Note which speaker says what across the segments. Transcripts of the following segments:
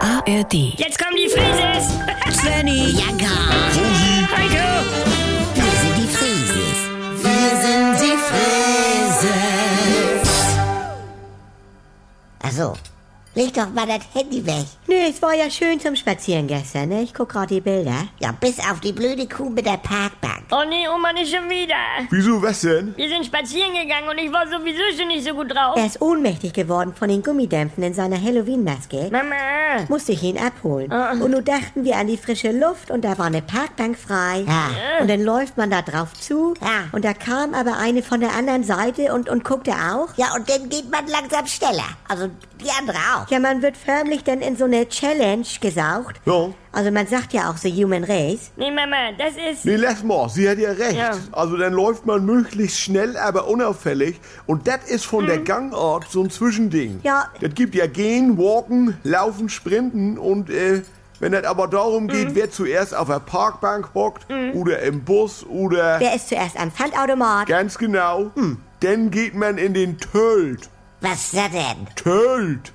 Speaker 1: ARD.
Speaker 2: Jetzt kommen die Frises!
Speaker 3: Svenny,
Speaker 4: Ja, gar.
Speaker 2: Heiko!
Speaker 4: Wir sind die Frieses. Wir sind die Frieses. Also, leg doch mal das Handy weg.
Speaker 3: nee, es war ja schön zum Spazieren gestern, ne? Ich guck gerade die Bilder.
Speaker 4: Ja, bis auf die blöde Kuh mit der Parkbank.
Speaker 2: Oh nee, Oma, nicht schon wieder.
Speaker 5: Wieso, was denn?
Speaker 2: Wir sind spazieren gegangen und ich war sowieso schon nicht so gut drauf.
Speaker 3: Er ist ohnmächtig geworden von den Gummidämpfen in seiner Halloween-Maske.
Speaker 2: Mama!
Speaker 3: Musste ich ihn abholen. Und nun dachten wir an die frische Luft und da war eine Parkbank frei.
Speaker 4: Ja.
Speaker 3: Und dann läuft man da drauf zu.
Speaker 4: Ja.
Speaker 3: Und da kam aber eine von der anderen Seite und, und guckte auch.
Speaker 4: Ja, und dann geht man langsam schneller. Also, die andere auch.
Speaker 3: Ja, man wird förmlich dann in so eine Challenge gesaugt.
Speaker 5: Ja.
Speaker 3: Also man sagt ja auch The Human Race.
Speaker 2: Nee, Mama, das ist.
Speaker 5: Nee, lass mal, sie hat ja recht.
Speaker 2: Ja.
Speaker 5: Also dann läuft man möglichst schnell, aber unauffällig. Und das ist von der Gangart so ein Zwischending.
Speaker 3: Ja.
Speaker 5: Das gibt ja Gehen, Walken, Laufen, Sprinten und äh, wenn das aber darum geht, wer zuerst auf der Parkbank hockt oder im Bus oder
Speaker 3: Wer ist zuerst am Pfandautomat?
Speaker 5: ganz genau, dann geht man in den Tölt.
Speaker 4: Was ist das denn?
Speaker 5: Tölt.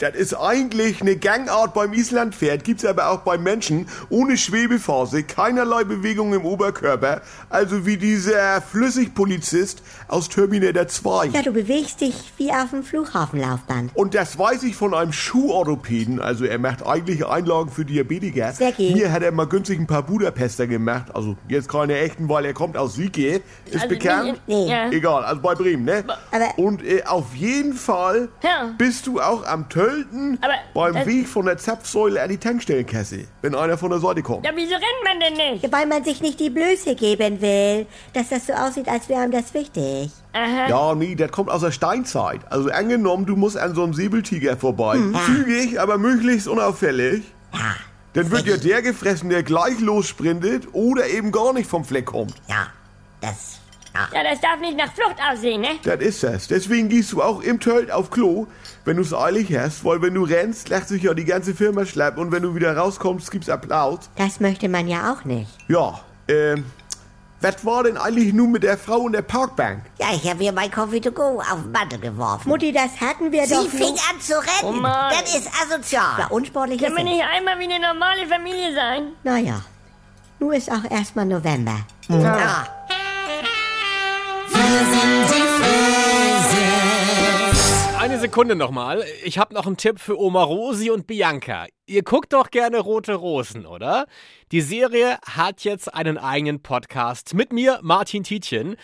Speaker 5: Das ist eigentlich eine Gangart beim Islandpferd, gibt's aber auch beim Menschen, ohne Schwebephase, keinerlei Bewegung im Oberkörper, also wie dieser Flüssigpolizist aus Terminator 2.
Speaker 3: Ja, du bewegst dich wie auf dem Flughafenlaufband.
Speaker 5: Und das weiß ich von einem Schuhorthopäden, also er macht eigentlich Einlagen für Diabetiker.
Speaker 3: Svecki.
Speaker 5: Mir hat er mal günstig ein paar Budapester gemacht, also jetzt keine echten, weil er kommt aus Sieke, ist
Speaker 2: Also
Speaker 5: bekannt.
Speaker 2: nicht in- Nee. ja.
Speaker 5: Egal, also bei Bremen, ne?
Speaker 3: Aber-
Speaker 5: Und äh, auf jeden Fall
Speaker 2: Ja.
Speaker 5: bist du auch am Tölten
Speaker 2: Aber
Speaker 5: beim
Speaker 2: das-
Speaker 5: Weg von der Zapfsäule an die Tankstellenkasse, wenn einer von der Seite kommt.
Speaker 2: Ja, wieso rennt man denn nicht?
Speaker 3: Weil man sich nicht die Blöße geben will, dass das so aussieht, als wäre ihm das wichtig.
Speaker 5: Ja, nee, das kommt aus der Steinzeit. Also angenommen, du musst an so einem Säbeltiger vorbei. Zügig, aber möglichst unauffällig.
Speaker 4: Ja,
Speaker 5: Dann wird ja der gefressen, der gleich lossprintet oder eben gar nicht vom Fleck kommt.
Speaker 4: ja, das, ja.
Speaker 2: Ja, das darf nicht nach Flucht aussehen, ne?
Speaker 5: Das ist das. Deswegen gehst du auch im Tölt auf Klo, wenn du es eilig hast, weil wenn du rennst, lacht sich ja die ganze Firma schlapp und wenn du wieder rauskommst, gibt's Applaus.
Speaker 3: Das möchte man ja auch nicht.
Speaker 5: Ja, ähm, was war denn eigentlich nun mit der Frau in der Parkbank?
Speaker 4: Ja, ich habe hier mein Coffee to go auf den Mantel geworfen.
Speaker 3: Mutti, das hatten wir doch
Speaker 4: Sie fing
Speaker 3: nicht.
Speaker 4: an zu
Speaker 2: Oh
Speaker 4: rennen.
Speaker 2: Mann.
Speaker 4: das ist asozial.
Speaker 3: Ja, unsportlich
Speaker 2: Können wir
Speaker 3: ist es.
Speaker 2: nicht einmal wie eine normale Familie sein?
Speaker 3: Naja, nun ist auch erstmal November.
Speaker 4: Ja. Wir sind die
Speaker 6: Eine Sekunde nochmal. Ich habe noch einen Tipp für Oma Rosi und Bianca. Ihr guckt doch gerne Rote Rosen, oder? Die Serie hat jetzt einen eigenen Podcast mit mir, Martin Tietjen.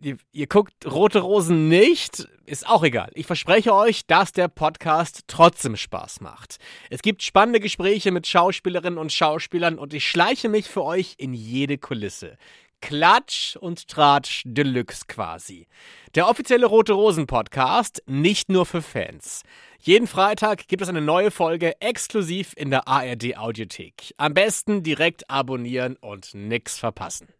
Speaker 6: Ihr, ihr guckt Rote Rosen nicht, ist auch egal. Ich verspreche euch, dass der Podcast trotzdem Spaß macht. Es gibt spannende Gespräche mit Schauspielerinnen und Schauspielern und ich schleiche mich für euch in jede Kulisse. Klatsch und Tratsch Deluxe quasi. Der offizielle Rote Rosen Podcast, nicht nur für Fans. Jeden Freitag gibt es eine neue Folge exklusiv in der ARD Audiothek. Am besten direkt abonnieren und nix verpassen.